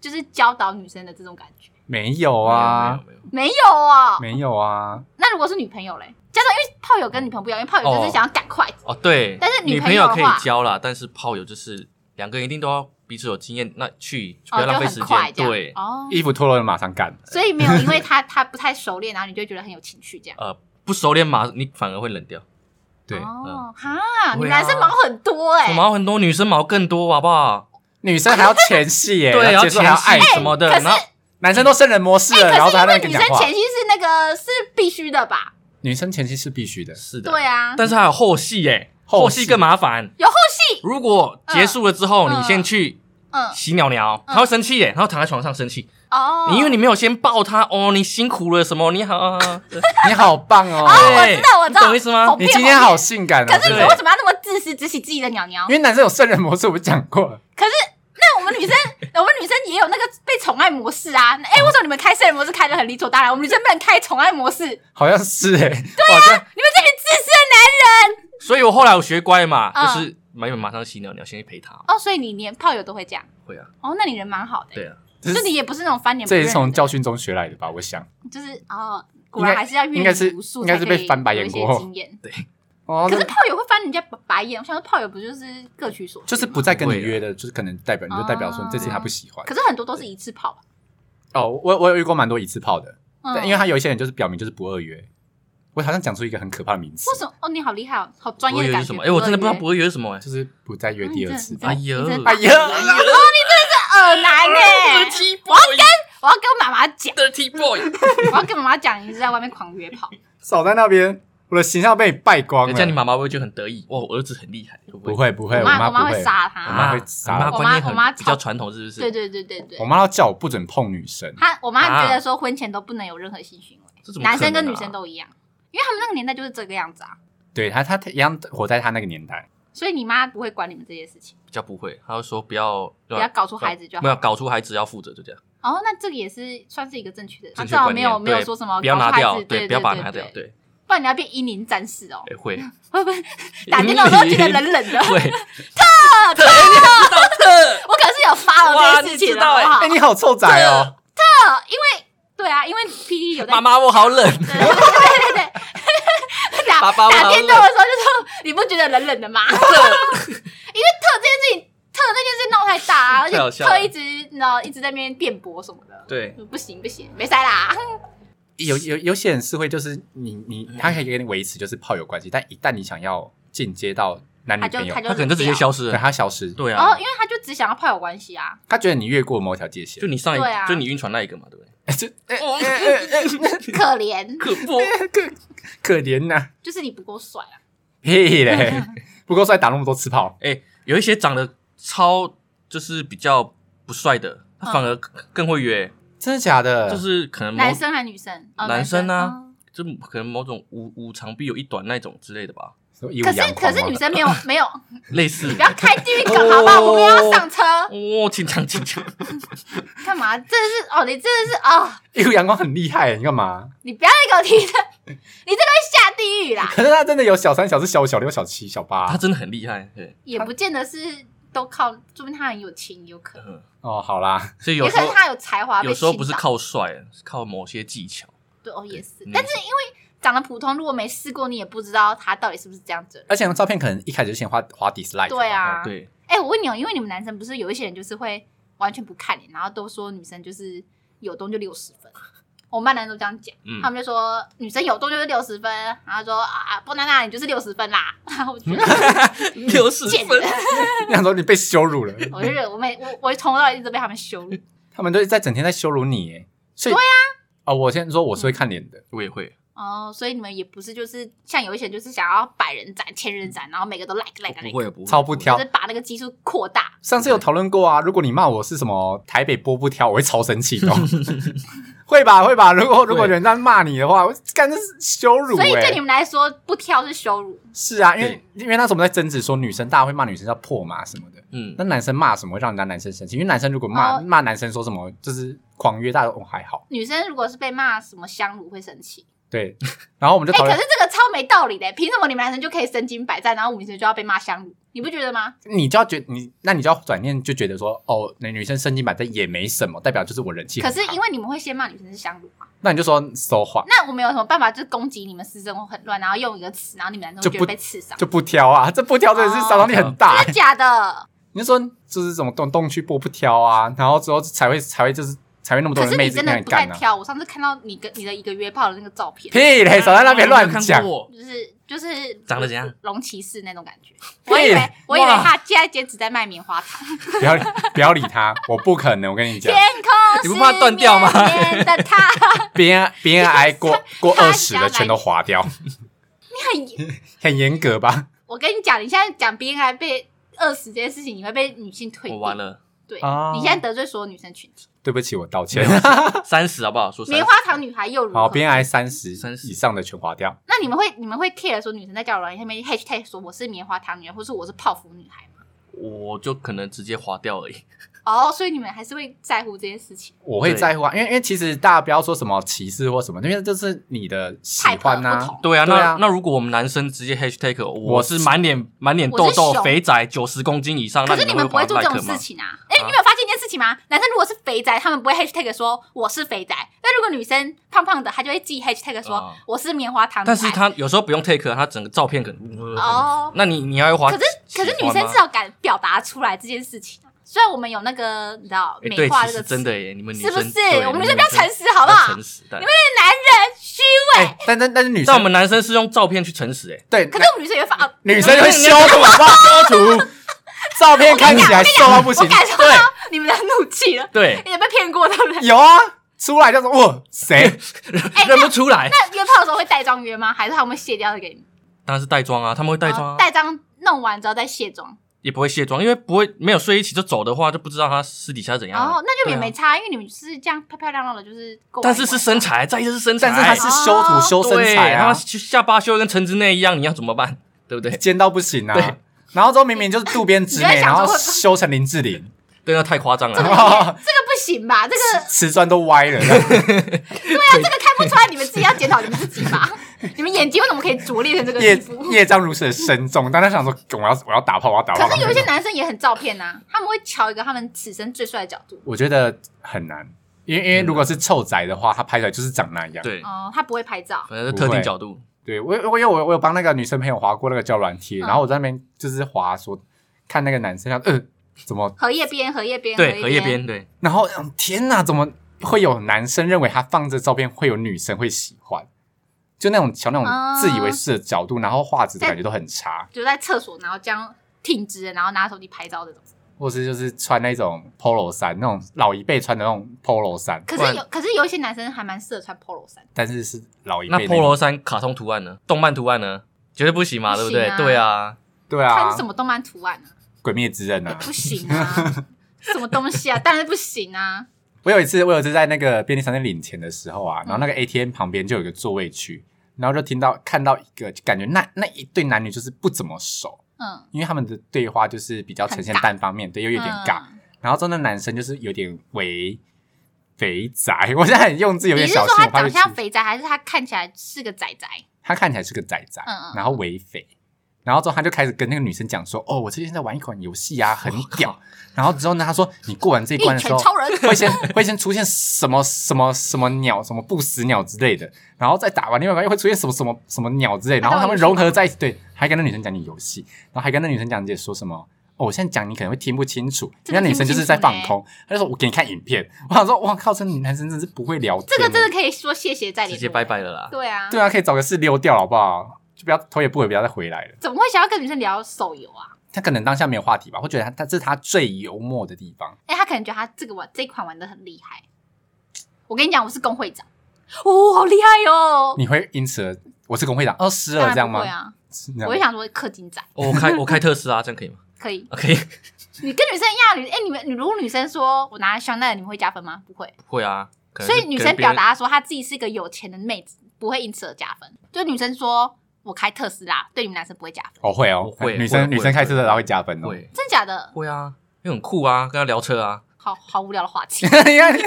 就是教导女生的这种感觉，
没有啊，
没有，没有没
没
有
有哦。
没有啊，
那如果是女朋友嘞？加上因为炮友跟女朋友不一样，因为炮友就是
哦
想要赶快。
哦，对，
但是女
女
朋
朋
友
友
的
可以
话
交啦，但是炮友就是两个人一定都要彼此有经验，那去就不
哦，
要
就
浪费
很
时
快
间。
这样
对，
哦，
衣服脱了马上干，
所以没有因为他 他不太熟练，然后你就觉得很有情趣这样。
呃，不熟练马你反而会冷掉。
对，
哦
嗯，
哈，
对啊
你们男生毛很多哎、
我毛很多，女生毛更多，好不好？
女生还要前戏耶，
对，
然
然
后
后
结束
前哎
还要爱
爱
什
什
么，
么的，
哎可是
然后
男生都圣人模式了，
哎、
然
可
后
是
他
因
还在
为
那
女
边
生
讲话，
前期是那个是必须的吧？
女生前期是必须的，
是的，
对啊，
但是还有后戏耶，
后
后戏
戏
更麻烦。
有后戏，
如果结束了之后，
嗯
你先去
嗯，
洗鸟鸟，
嗯
他会生气耶，他会躺在床上生气，
哦，
你因为你没有先抱他哦，你辛苦了什么？你好，啊对
你好棒哦，
哦，我
对
知道，我知道，
你懂意思吗
哄
你
骗
今天
哄骗
好性感哦，
可是你
对
们为什么要那么自私，只洗自己的鸟鸟
因？为男生有圣人模式，我讲过了，
可是那我们女生，我们女生也有那个被宠爱模式啊。哎、为什么你们开圣人模式开的很理所当然，我们女生不能开宠爱模式？你们
好像是哎，对
这
啊，
群自私的男人，
所以我后来我学乖嘛，
嗯
就是没有马上洗尿，你要先去陪他。
哦，所以你连炮友都会这样
会啊，
哦，那你人蛮好的、
对啊，
这
就是你也不是那种翻脸不
这
认
也
人
是
的，
从教训中学来的吧？我想，
就是哦，果然还是要阅
应该
历
是
无数，
应该是被翻白眼过后
经验。
哦，
可
那
是炮友会翻人家白眼，我想说炮友不就是各取所需？
就是不再跟你
不会啊
约的，就是可能代表你就代表说你这次他不喜欢。
可是很多都是一次炮，
哦，我我有遇过蛮多一次炮的，
嗯
但因为他有一些人就是表明就是不二约。我好像讲出一个很可怕的名词
为，什么？哦，你好厉害哦，好专
不会
业的
约
感
是
觉。
什么？哎，我真的不知道
不
不会约是什么哎。
就是不再约第二次吧。
哎
哎呀
哎呀，
耳男 哎、我要跟我要跟我妈妈讲，
Dirty boy，
我要跟妈妈讲，你是在外面狂约炮。少
少在那边，我的形象被你败光
哎
了。
这样你妈妈会不会觉得很得意？哇，我儿子很厉害，会
不
不？
会不会，
我
妈
我妈
不
会
会。
杀
我
妈
他。
会
妈，我
杀
妈
我
观
妈
念
我妈
很比较
超
传统，是不是？
对对对对对
我，妈要叫我不准碰女生，
她我妈
啊
觉得说婚前都不能有任何性行为，
这怎么可能啊
男生跟女生都一样，因为他们那个年代就是这个样子啊。
对她她她一样活在她那个年 代。
所以你妈不会管你们这些事情，
比较不会，他会说不要不
不要搞出孩子就
没
好。
有搞出孩子要负责，就这样，
哦，那这个也是算是一个正确的，她
正
至
确
少
观
没
念
有没有
对
说什么
不要
哦搞出
拿
孩
掉，
子对，
不要把它
对
拿掉，
对，
对，
不然你要变英灵战士哦，
哎会
会不会打电脑的时候觉得冷 冷的？
会，
特特，我可是有发了
哇
这
你
件事情
知
的，好
道
不
欸
好？
哎，你好臭仔哦！
特，因为对啊，因为 P D 有在
妈妈我好冷，
对对对对对， 打
爸爸
打
我
电动的时候就说你不觉得冷冷的吗？因为 特这件事情，特那件事闹太 大、啊，而且
太好笑了
特一直你知道一直在那边辩驳什么的，
对，
不行不行，没塞 啦，
有有有些人是会就是你你他可以跟你维持就是炮友关系，但一旦你想要进阶到男
他
女
就
朋友
他，就
他可能就直接
冷掉。
消失
对
了，
他消失，
对
然后
啊
因，为他就只想要炮友关系 啊，
他觉得你越过某一条界限
就，你上一
对啊哦
就你晕船那一个嘛，对不对？
哎 这哎
可怜，
可不，
可怜呐，
就是你不够帅啊。
屁嘞！ 不过帅打那么多次炮，
哎，有一些长得超就是比较不帅的，他反而更会约，
真的假的？
就是可能
嗯
某
男生还是女生？哦、
嗯男生啊
男生
就可能某种五五长必有一短那种之类的吧，
说以武
可是
扬
可
狂
是
吗
女生 没有没有，
类似
不。要开地狱梗好不好？我们要上车
哦，紧张紧张，
干嘛？真的是哦，你真的是哦，
以武扬光很厉害，你干 嘛？
你不要再给我提这，你这个会下地狱啦！
可是他真的有小三、小四、小五、小六、小七、小八
他。真的很厉害，对，
也不见得是都靠，说明他很有钱，有可能，
嗯，
哦，好啦，
所以有
也
时
可
候
能他有才华被
有
倾
时
倒。
候不是靠帅，是靠某些技巧。
对哦，也是
嗯，
但是因为长得普通，如果没试过，你也不知道他到底是不是这样子的人。
而且那照片可能一开始就先画画 dislike。
对，啊，
哦，。对，
哎、我问你哦，因为你们男生不是有一些人就是会完全不看你，然后都说女生就是有动就六十分。 我们班男生都这样讲，
嗯
他们就说女生有动就是六十分，然后说啊，波娜娜你就是六十分啦。 然后我觉得嗯
六十
贱
分
人，
那时候你被羞辱了，
我就觉得我每我我从头到尾一直被他们羞辱。
他们都在整天在羞辱你耶。所以对啊，哦，我先说我是会看脸的，
我也会，
哦，所以你们也不是就是像有一些人就是想要百人斩、千人斩，然后每个都 like
我
like
不
like，
会，我不会，
超不
我
挑
就。是把那个基数扩大。
上次有讨论过啊，如果你骂我是什么台北波不挑，我会超生气的 哦。会吧会吧，如果如果有人在骂你的话，我感觉是羞辱
所以对你
哎。
们来说，不挑是羞辱。
是啊，因为因为那时候我们在争执说女生大家会骂女生叫破马什么的，
不会嗯，
那男生骂什么会让人家男生生气？因为男生如果骂、
哦
骂男生说什么就是狂约，大家都哦还好。
女生如果是被骂什么香炉会生气，
对，然后我们就
哎、
讨
可
论、
是这个超没道理的，欸凭什么你们男生就可以身经百战，然后我们女生就要被骂香炉？你不觉得吗？
你就要觉你，那你就要转念就觉得说，哦，那女生身经百战也没什么，代表就是我人气
可
很
是
好
因为你们会先骂女生是香炉嘛，
那你就说 so 话
那我们有什么办法就是攻击你们私生活很乱，然后用一个词，然后你们男生
就
会觉
不
得被刺伤？
就不挑啊，这不挑真
哦
的是杀伤力很大、欸
真的假的？
你就说就是怎么动动去波不挑啊，然后之后才会才会就是才会那么多
可
人
是
妹
你
子
真
跟
的
你
不太
干呢、啊。
挑，我上次看到你跟你的一个约炮的那个照片，
屁嘞，哎少在那边乱讲
啊哎我没
就
有看。过
是就是
长得怎样？
龙骑士那种感 觉。我以为我以为他现在兼职在卖棉花糖。
不要不要理他，我不可能。我跟你讲
天，空是
你不怕断掉吗
绵绵的他，
边边挨过过
他
二
只
十
要
的全
来
都划掉，
你很，
很严格吧？
我跟你讲，你现在讲 BNI 被饿死这件事情，你会被女性退
我
订。
完了，
对，
啊
你现在得罪所有女生群体。
对不起，我道 歉。
三十好不好？说
棉
30
花糖女孩又如
好，
何？
边挨三十
30
以上的全划掉。
那你们会你们会 care 说女生在交友软件下面 hashtag 说我是棉花糖女孩，或是我是泡芙女孩吗？
我就可能直接划掉而已。
哦，所以你们还是会在乎这些事情，
我会
对
在乎啊，因为因为其实大家不要说什么歧视或什么，因为这是你的喜欢
派
呐、
别不同
对啊，那
对啊
那如果我们男生直接 hashtag，我
是
是满脸满脸
我是
痘痘、
熊
肥宅，九十公斤以上，
可
那
是你们不会做这种
like 吗
事。情啊？哎、你没有发现一件事情吗？男生如果是肥宅，他们不会 hashtag 说我是肥宅；但如果女生胖胖的，她就会自己 hashtag 说
啊
我是棉花糖女孩。
但是他有时候不用 take，啊他整个照片可能。呃
哦，
那你你要花，
可是可是女生至
道，
少敢表达出来这件事情啊。虽然我们有那个你知道
哎
美
对，
化
其
这
实
个词，
真的耶，你们女
是
生
不是
对？
我们
你
女生比较诚实，好
好
不好？
诚实，但
男人虚伪，
哎、但但但是女
但我
生
们男生是用照片去诚实，哎，
对
可是我们女生也反啊而
女生会修图，好不好？修图，照片看起来瘦到不行
我，感受到你们的怒气了，
对，
也被骗过，对不对？
有啊，出来就说哇谁？
认不出来。
那约炮的时候会带妆约吗？还是他们会卸掉的给你？
当然是带妆啊，他们会带妆
哦
啊，
带妆弄完之后再卸妆。
也不会卸妆，因为不会没有睡一起就走的话，就不知道他私底下怎样啊。
哦，那就也
对啊
没差，因为你们就是这样漂漂亮亮的，就是够玩一玩。
但是是身材，再一个是身材，
但是她是修图
哦
修身材
对他
啊，
下巴修得跟陈之内一样，你要怎么办？对不对？
尖到不行
对
啊。然后之后明明就是渡边直
你
美，
在
然
想说
后修成林志玲， 哦
对，那太夸张
这
了。
个也这个不行吧？这个
瓷砖都歪了。这样
对啊，这个看不出来，你们自己要检讨你们自己吧。 你们眼睛为什么可以拙劣成这个地
业
步？
业障如此的深重，但他想说，我要我要打炮，我要打炮。
可是有一些男生也很照片呐、啊他们会瞧一个他们此生最帅的角度。
我觉得很难，因为因为如果是臭宅的话，他拍出来就是长那样。
对，
哦、他不会拍照，
反正是特定角度。
对我我因为我我有帮那个女生朋友划过那个胶软贴，
嗯
然后我在那边就是划说看那个男生，像呃怎么，
荷叶边，荷叶边，
对，荷叶
边。
边，对，
然后嗯天哪，怎么会有男生认为他放这照片会有女生会喜欢？就那种瞧那
啊
种自以为是的角度，然后画质的感觉都很差，
就在厕所，然后这样挺直，然后拿手机拍照这种。
或是就是穿那种 polo 衫，那种老一辈穿的那种 polo 衫，
可
不
是
然
有，可是有一些男生还蛮适合穿 polo 衫。
但是是老一
那
辈的
polo 衫卡通图案呢？动漫图案呢？绝对不行嘛，
不
对不
行
对？
啊
对啊，
对
穿
啊
什，么动漫图案啊？
鬼灭之刃啊，
不行啊，什么东西啊？当然不行啊。
我有一次，我有一次在那个便利商店领钱的时候
嗯
啊，然后那个 ATM 旁边就有一个座位区，然后就听到看到一个，就感觉那那一对男女就是不怎么熟，
嗯，
因为他们的对话就是比较呈现
很尬
单方面，对，又有点尬。
嗯
然后之后那男生就是有点为肥宅， 我现在很用字有
你
点
是说
小心，
他长
我怕被
相
欺负
肥宅，还是他看起来是个宅宅？
他看起来是个宅宅，
嗯嗯
然后为肥。然后之后他就开始跟那个女生讲说：“哦，我最近在玩一款游戏啊，很屌。”然后之后呢，他说：“你过完这一
一
关的时
拳
候，
超 人，
会先会先出现什么什么什么鸟，什么不死鸟之类的，然后再打完另外一关又会出现什么什么什么鸟之类的，然后他们融合在一起，对，还跟那女生讲你游戏，然后还跟那女生讲解说什么。哦，我现在讲你可能会听不清楚，因
真的
为那女生就是在放
听不清欸
空。她就说：“我给你看影片。”我想说：“哇靠，这男生真是不会聊天。”
这个真的可以说谢谢再联
直
络
接拜。拜了啦。
对啊，
对啊，可以找个事溜掉好不好？就不要头也不回，不要再回来了。
怎么会想要跟女生聊手游啊？
他可能当下没有话题吧，会觉得他他这是他最幽默的地方。
哎、他可能觉得他这个玩这一款玩的很厉害。我跟你讲，我是工会长，哦，好厉害哦！
你会因此而我是工会长，哦，失
当
了
然
这样
不
吗？
会啊，
是这样
我就想说氪金仔
哦我开我开特斯拉，这样可以吗？
可以。
啊可以，
你跟女生一样，女哎、你们你如果女生说我拿香奈儿，你们会加分吗？不会。
会啊。可能
所以
是
女
跟
生
别
表
人
达说她自己是一个有钱的妹子，不会因此而加分。就女生说我开特斯拉，对你们男生不会加分，
哦，会哦，
会会
女生
会
女生开车的然后会加分哦。，
会
真假的？
会啊，因为很酷啊，跟他聊车啊，
好好无聊的话题
你看，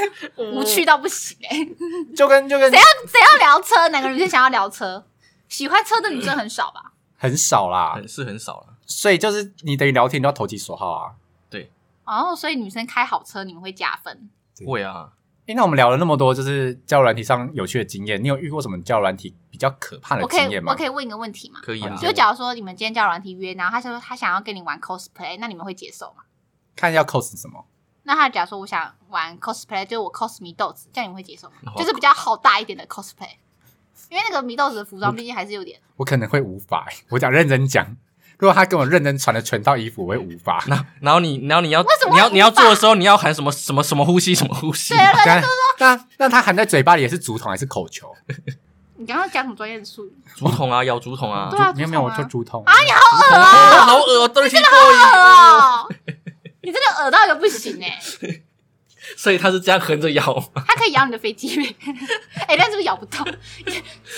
无趣到不行哎、
就跟就跟
谁要 谁要聊车？哪个女生想要聊车？喜欢车的女生很少吧？
很少啦，
很是很少啊了。
所以就是你等于聊天你都要投其所好啊。
哦，所以女生开好车，你们会加分。
对
会啊，
诶，那我们聊了那么多，就是交友软体上有趣的经验，你有遇过什么交友软体比较可怕的
我可
经
以
验吗
我可以问一个问题吗？
可以
好
啊
你。
就假如说你们今天叫软体约，然后他说他想要跟你玩 cosplay，那你们会接受吗？
看要 cos 什么？
那他假如说我想玩 cosplay，就是我 cos 米豆子，这样你们会接受吗
好？
就是比较好大一点的 cosplay，因为那个米豆子的服装毕竟还是有点，
我可能会无法、欸，我讲认真讲，如果他跟我认真穿了全套衣服，我会 无法。
那然后你然后你要
为什么
你要
会
你要
无法
做的时候，你要喊什么什么什么呼吸什么呼吸
对？啊
那那那他含在嘴巴里也是竹筒还是口球？
你刚刚讲什么专业的术语？
竹筒啊，咬竹筒啊
对。啊
没有没有，
竹
我
筒啊
就竹筒。
啊，你好恶
哦
啊！
好恶哦，对不起，
恶 哦！你真的恶到一个不行哎、
所以他是这样横着咬吗，
它可以咬你的飞机 杯，哎、但是不是咬不 到，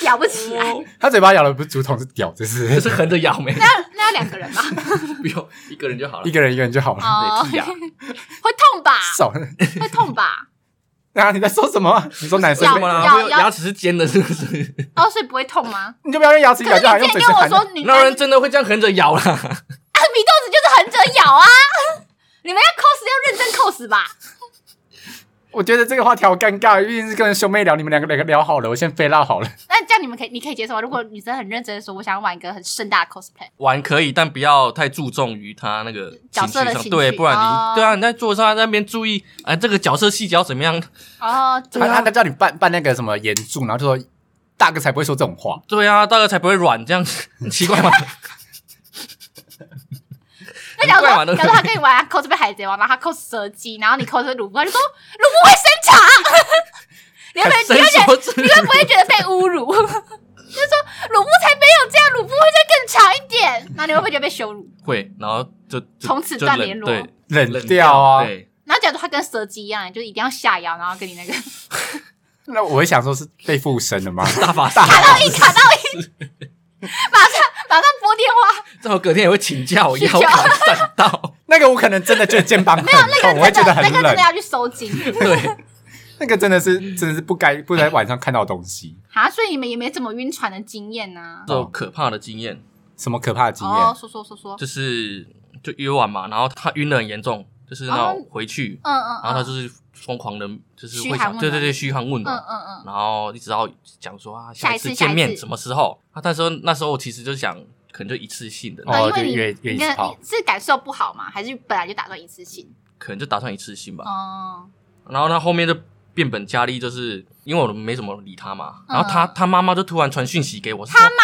咬不起来。
哦他嘴巴咬的不是竹筒是屌，这是
就是横着咬没？
那那要两个人 吧？
不用一个人就好了
一。个人一个人就好了。
哦，
对屁呀
会痛吧？
少，
会痛吧？
啊，你在说什么啊？你说男
为
生
要
什么啦？
要
会有
要
牙齿是尖的，是不是？
哦，所以不会痛吗？
你就不要用牙齿
可
咬，
是
就好像
你
用
之前
嘴唇
跟我
含
说女
那
生
人真的会这样横着咬啦。
啊，米豆子就是横着咬啊！你们要 cos 要认真 cos 吧？
我觉得这个话题好尴尬，毕竟是跟兄妹聊，你们两个两个聊好了，我先飞拉好了。
那这样你们可以，你可以接受吗？如果女生很认真的说，我想要玩一个很盛大的 cosplay，
玩可以，但不要太注重于他那个
角
情
色的
绪上，
情
对，
绪
不然你、
哦
对啊，你在桌上在那边注意，哎、这个角色细节要怎么样？
哦，
他他他叫你办办那个什么严重，然后就说大哥才不会说这种话。
对啊，大哥才不会软这样子，很奇怪吗？
那假如
怪嘛
说，
对不
假
对
如他跟你玩 cosplay 海贼王，然后他 cos 蛇姬，然后你 cos 鲁夫，他就说鲁夫会生茶， 你会不会
伸
你会觉得
手指
你会不会觉得被侮辱？ 就说鲁夫才没有这样，鲁夫会再更长一点，然后你会不会觉得被羞辱？
会，然后就就
从此
就
断
冷
联络
对，
冷
冷
掉啊
对，
然后假如他跟蛇姬一样，就是一定要下腰，然后跟你那个
那我会想说是被附身了吗？
大法大，
卡到一卡到一，马上马上拨电话，
正好隔天也会请假，我
请
腰
假
卡闪到，
那个我可能真的觉得肩膀很痛，我会觉
真
得
的
很
那个真
冷
的。要去收紧
对，
那个真的是真的是不该不该晚上看到的东西，
啊！所以你们也没怎么晕船的经验呐、
这种可怕的经验
什么可怕的经验？
哦，说说说说，
就是就约完嘛，然后他晕的很严重，就是那种回去，
嗯嗯，
然后他
嗯
就是疯狂的，就是
嘘
会
寒
想，
问
对对
暖
对，嘘寒问
嗯
暖，
嗯嗯，
然后一直到讲说啊，
下一
一
次下一
见面
次
什么时候？啊，那时候那时候我其实就想，可能就一次性的，
哦
啊，因
就
为你
约约
你
一
的
次泡
是感受不好吗？还是本来就打算一次性？
可能就打算一次性吧。
哦，
然后他后面就变本加厉，就是因为我没什么理他嘛，
嗯
然后他他妈妈就突然传讯息给我，他妈妈，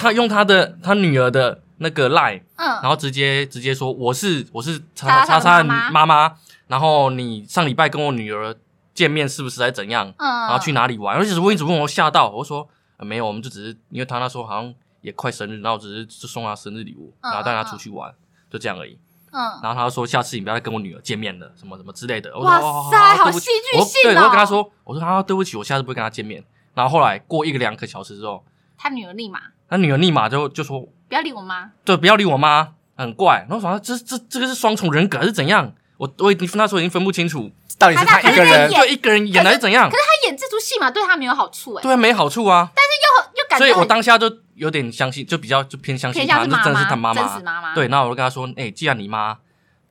他用他的他女儿的那个 line，然
嗯，
后直接直接说我是我是
叉
叉
叉
叉
叉
叉
的妈妈
妈妈，然后你上礼拜跟我女儿见面是不是还怎样？
嗯，
然后去哪里玩？而且是问一直问我吓到，我说、呃没有，我们就只是因为他那时候好像也快生日，然后我只是就送他生日礼物，
嗯
然后带他
嗯
出去玩，就这样而已。
嗯，
然后他就说下次你不要再跟我女儿见面了，什么什么之类的。我说
哇
哦
塞
好
好
对不起
戏剧
我
性
对，我就跟他
哦
说，我说啊，对不起，我下次不会跟他见面。然后后来过一个两个小时之后，
他女儿立马
他女儿立马就就说，
不要理我妈，
对，不要理我妈，很怪。然后我说这这这个是双重人格还是怎样？我我已经那时候已经分不清楚，
到底是他一个
他在
人
演
就一个人演还是怎样
可？是他演这出戏嘛，对他没有好处哎，
对，没好处啊。
又又感
所以
觉
我
很
当下就有点相信，就比较就偏相信
偏
他，
向
那
妈
真的是他
妈，
妈
真实妈妈，
对，，那我就跟他说，哎、既然你妈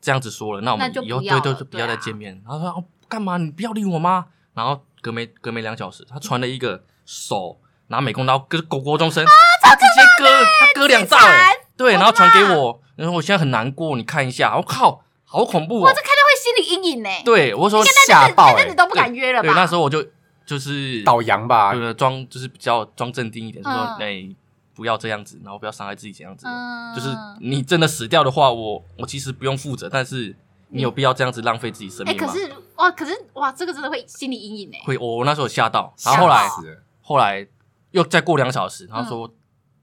这样子说了，那我们
那就
以后
不
对
要
对
了
就不
对
要再
啊
见面。然后他说哦，干嘛？你不要理我妈。然后隔没隔没两小时，他传了一个手拿美工刀割狗国中生，啊，他直接割他割两
自
刀、
残
哎，对，
我的
然后传给
妈
我，然后我现在很难过，你看一下，我靠，好恐怖哦
哇，这！看到会心理阴影哎，
对，我说
现
在
在
吓爆
那
哎
阵子都不敢约了吧？
对，那时候我就就是
倒羊吧
对？对装就是比较装镇定一点，就说
嗯
哎、不要这样子，然后不要伤害自己这样子。
嗯，
就是你真的死掉的话，我我其实不用负责，但是你有必要这样子浪费自己生
哎，
命
可
吗？
是哇，可是哇，这个真的会心理阴影哎，
会，我我那时候有吓到，
吓
然后后来
到
死了
后来又再过两小时，
嗯
然后说、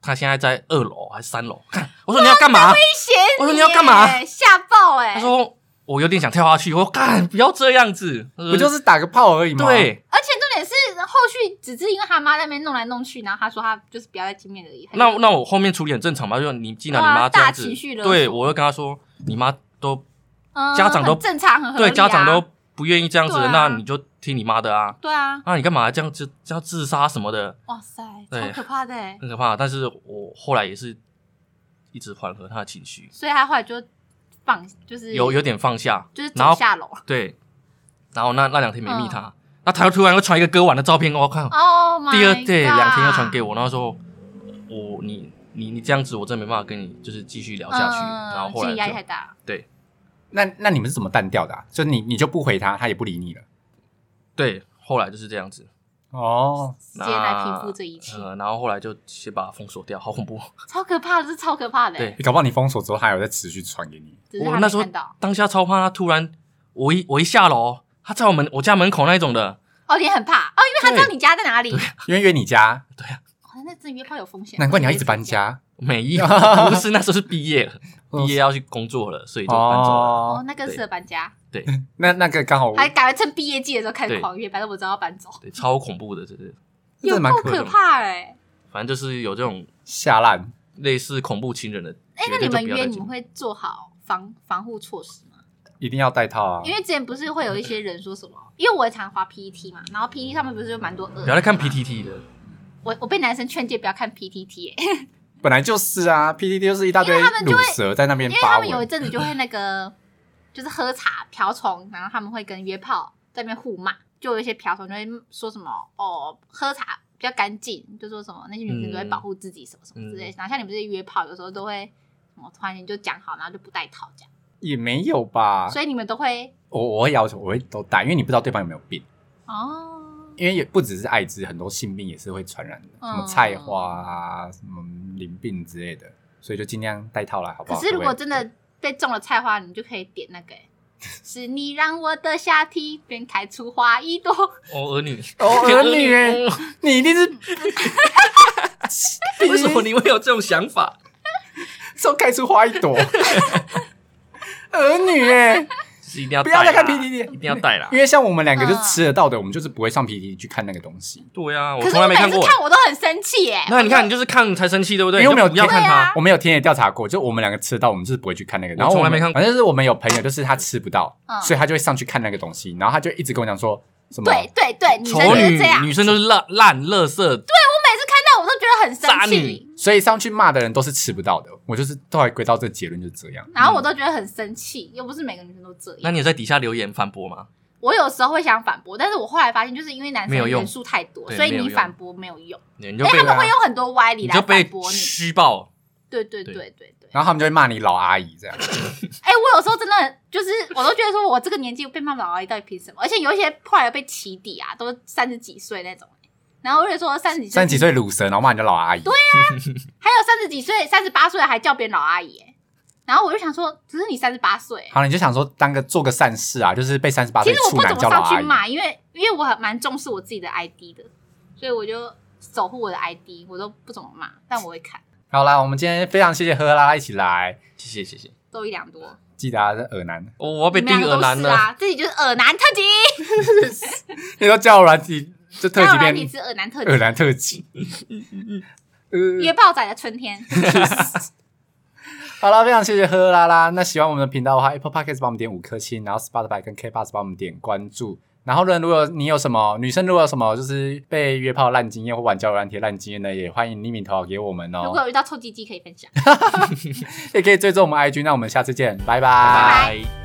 他现在在二楼还是三楼， 我说你要干嘛？
威胁
我说你要干嘛？
吓爆哎，
他说我有点想跳下去，我说干不要这样子，呃
不就是打个炮而已吗？，
对？
而且重点是，后续只是因为他妈在那边弄来弄去，然后他说他就是不要再见面而已。他就
那那我后面处理很正常嘛，就你既然你
哇
妈这样
大情
子
绪，勒索
对我又跟他说你妈都
嗯
家长都
很正常， 很合理、啊
对家长都不愿意这样子，
对啊
那你就听你妈的啊。
对啊，
那你干嘛这样子，这样自杀什么的？
哇塞，
对
超可怕的欸。
很可怕。但是我后来也是一直缓和他的情绪，
所以他后来就放，就是
有有点放下，
就是
然
走
后
下楼。
对，然后那那两天没密他，那他又突然又传一个割腕的照片给我看，
哦、oh，
第二对两天又传给
我，
我，然后说我你你你这样子，我真的没办法跟你就是继续聊
嗯
下去。然后后
心
来
理压力太
就
大了。
那那你们是怎么淡掉的啊？就你你就不回他，他也不理你了。
对，后来就是这样子，
哦，
时间来平复
那
这一切，
呃，然后后来就先把它封锁掉，好恐怖。
超可怕的，这超可怕的欸。
对
搞不好你封锁之后，他还有在持续传给你。
只是
我
他
那
没
时候
看到，
当下超怕他，突然我一我一下楼，他在我们我家门口那一种的，
哦，你很怕哦，因为他知道
对
你家在哪里。
因为约你家，
哦，那真的约炮有风险。
难怪你要一直搬。家。
没 有，不是那时候是毕业了，
嗯
毕业要去工作了，所以就搬走了。
哦，，那更适合搬家，
那那个刚好
还赶快趁毕业季的时候开始
对
狂约，反正我知道要搬走。
对，超恐怖的，这是，
真
有
的蛮
够
可
可怕哎、
反正就是有这种
下烂。
类似恐怖情人的
哎、那
绝
你
对就
们
不要
约
再
你
进
们会做好防防护措施吗？
一定要戴套啊
因！为之前不是会有一些人说什么，因为我也常滑 PPT 嘛，然后 PPT 上面不是有蛮多恶
不要再看 PTT 的，
我我被男生劝诫不要看 PPT，、欸、
本来就是啊，PDD 就是一大堆
因为他们就会
乳蛇在那 边
因为
发
他们有一
文，
阵子就会那个， 就是喝茶瓢虫，然后他们会跟约炮在那边互骂，就有一些瓢虫就会说什么哦，喝茶比较干净，就说什么那些女生都会保护自己什么什么之
嗯
类的。然后像你们这些约炮，有时候都会什么突然间就讲好，然后就不带套这样，
也没有吧？
所以你们都会
我我会要求我会都戴，因为你不知道对方有没有病，
哦，
因为也不只是艾滋，很多性病也是会传染的，
嗯
什么菜花啊，什么淋病之类的，所以就尽量戴套来，好不
可
好？
是如
各
果
位
真的被中了菜花，你就可以点那个、欸是你让我的下体变开出花一朵，
哦，儿女，
哦儿女
儿哦
你一定 是
为什么你会有这种想法？
说开出花一 朵，儿女哎、
是一定要
不要
带
再看
啦
PTT
啊
一定要带啦
因。为像我们两个就是
嗯
吃得到的，我们就是不会上 PPT 去看那个东西。
对啊，我
可是
从来
我
没
每次
看过。
看我都很生气耶、
那你看，你就是看才生气，对不对？
因为我们有
你就不要看
对啊
他，
我们有田野调查过，就我们两个吃得到，我们就是不会去看那个。然后
从来
我们
没看过
反正是我们有朋友，就是他吃不到，
嗯
所以他就会上去看那个东西，然后他就一直跟我讲说什么。
对对对，女生
丑
就是
女
这样，
女生都是烂烂垃圾，
每次看到我都觉得很
渣
生气
女，
所以上去骂的人都是吃不到的，我就是后来归到这个结论就是这样。
然后我都觉得很生气，又不是每个女生都这
嗯那
样。
你有在底下留言反驳吗？
我有时候会想反驳，但是我后来发现，就是因为男生
没有用
人数太多，
对
所以
没有
你
用
反驳没有用，
你就
因为
被
哎他们会用很多歪理
你
来
就
反
被
驳你。
虚报，
对对对
对
对对。
然后他们就会骂你老阿姨这样，
哎、我有时候真的就是，我都觉得说我这个年纪被骂老阿姨到底凭什么？而且有一些后来被起底啊，都三十几岁那种、然后我就说三十几岁，
三十几，岁乳蛇，然后骂人家老阿姨。对啊，
还有三十几岁、三十八岁还叫别人老阿姨、哎然后我就想说，只是你三十八岁、
好，你就想说当个做个善事啊，就是被三十八
其
岁
实我
处
不怎
男
么
叫老
上
阿
去
姨。
骂，因为因为我很蛮重视我自己的 ID 的，所以我就守护我的 ID，我都不怎么骂，但我会看，
好啦，我们今天非常谢谢和拉拉一起来，
谢谢谢谢。
都一两多。
记得啊，这耳男，
我我要被
你们
定
两个
耳
都
男
是
了，
啊，这里就是耳男特辑，
你都叫我软体，这特
当
辑
然你
变
是耳男特
耳
辑，
男特辑。 呃
约炮仔的春天，
好了，非常谢谢呵呵啦啦。那喜欢我们的频道的话，Apple Podcast 帮我们点五颗星，然后 Spotify 跟 K Bus 帮我们点关注。然后呢，如果你有什么女生，如果有什么就是被约炮烂经验或玩交友软体烂经验呢，也欢迎匿名投稿给我们
如
哦
果。有遇到臭鸡鸡可以分享。
也可以追踪我们 IG。那我们下次见，
拜
拜拜
拜。
拜。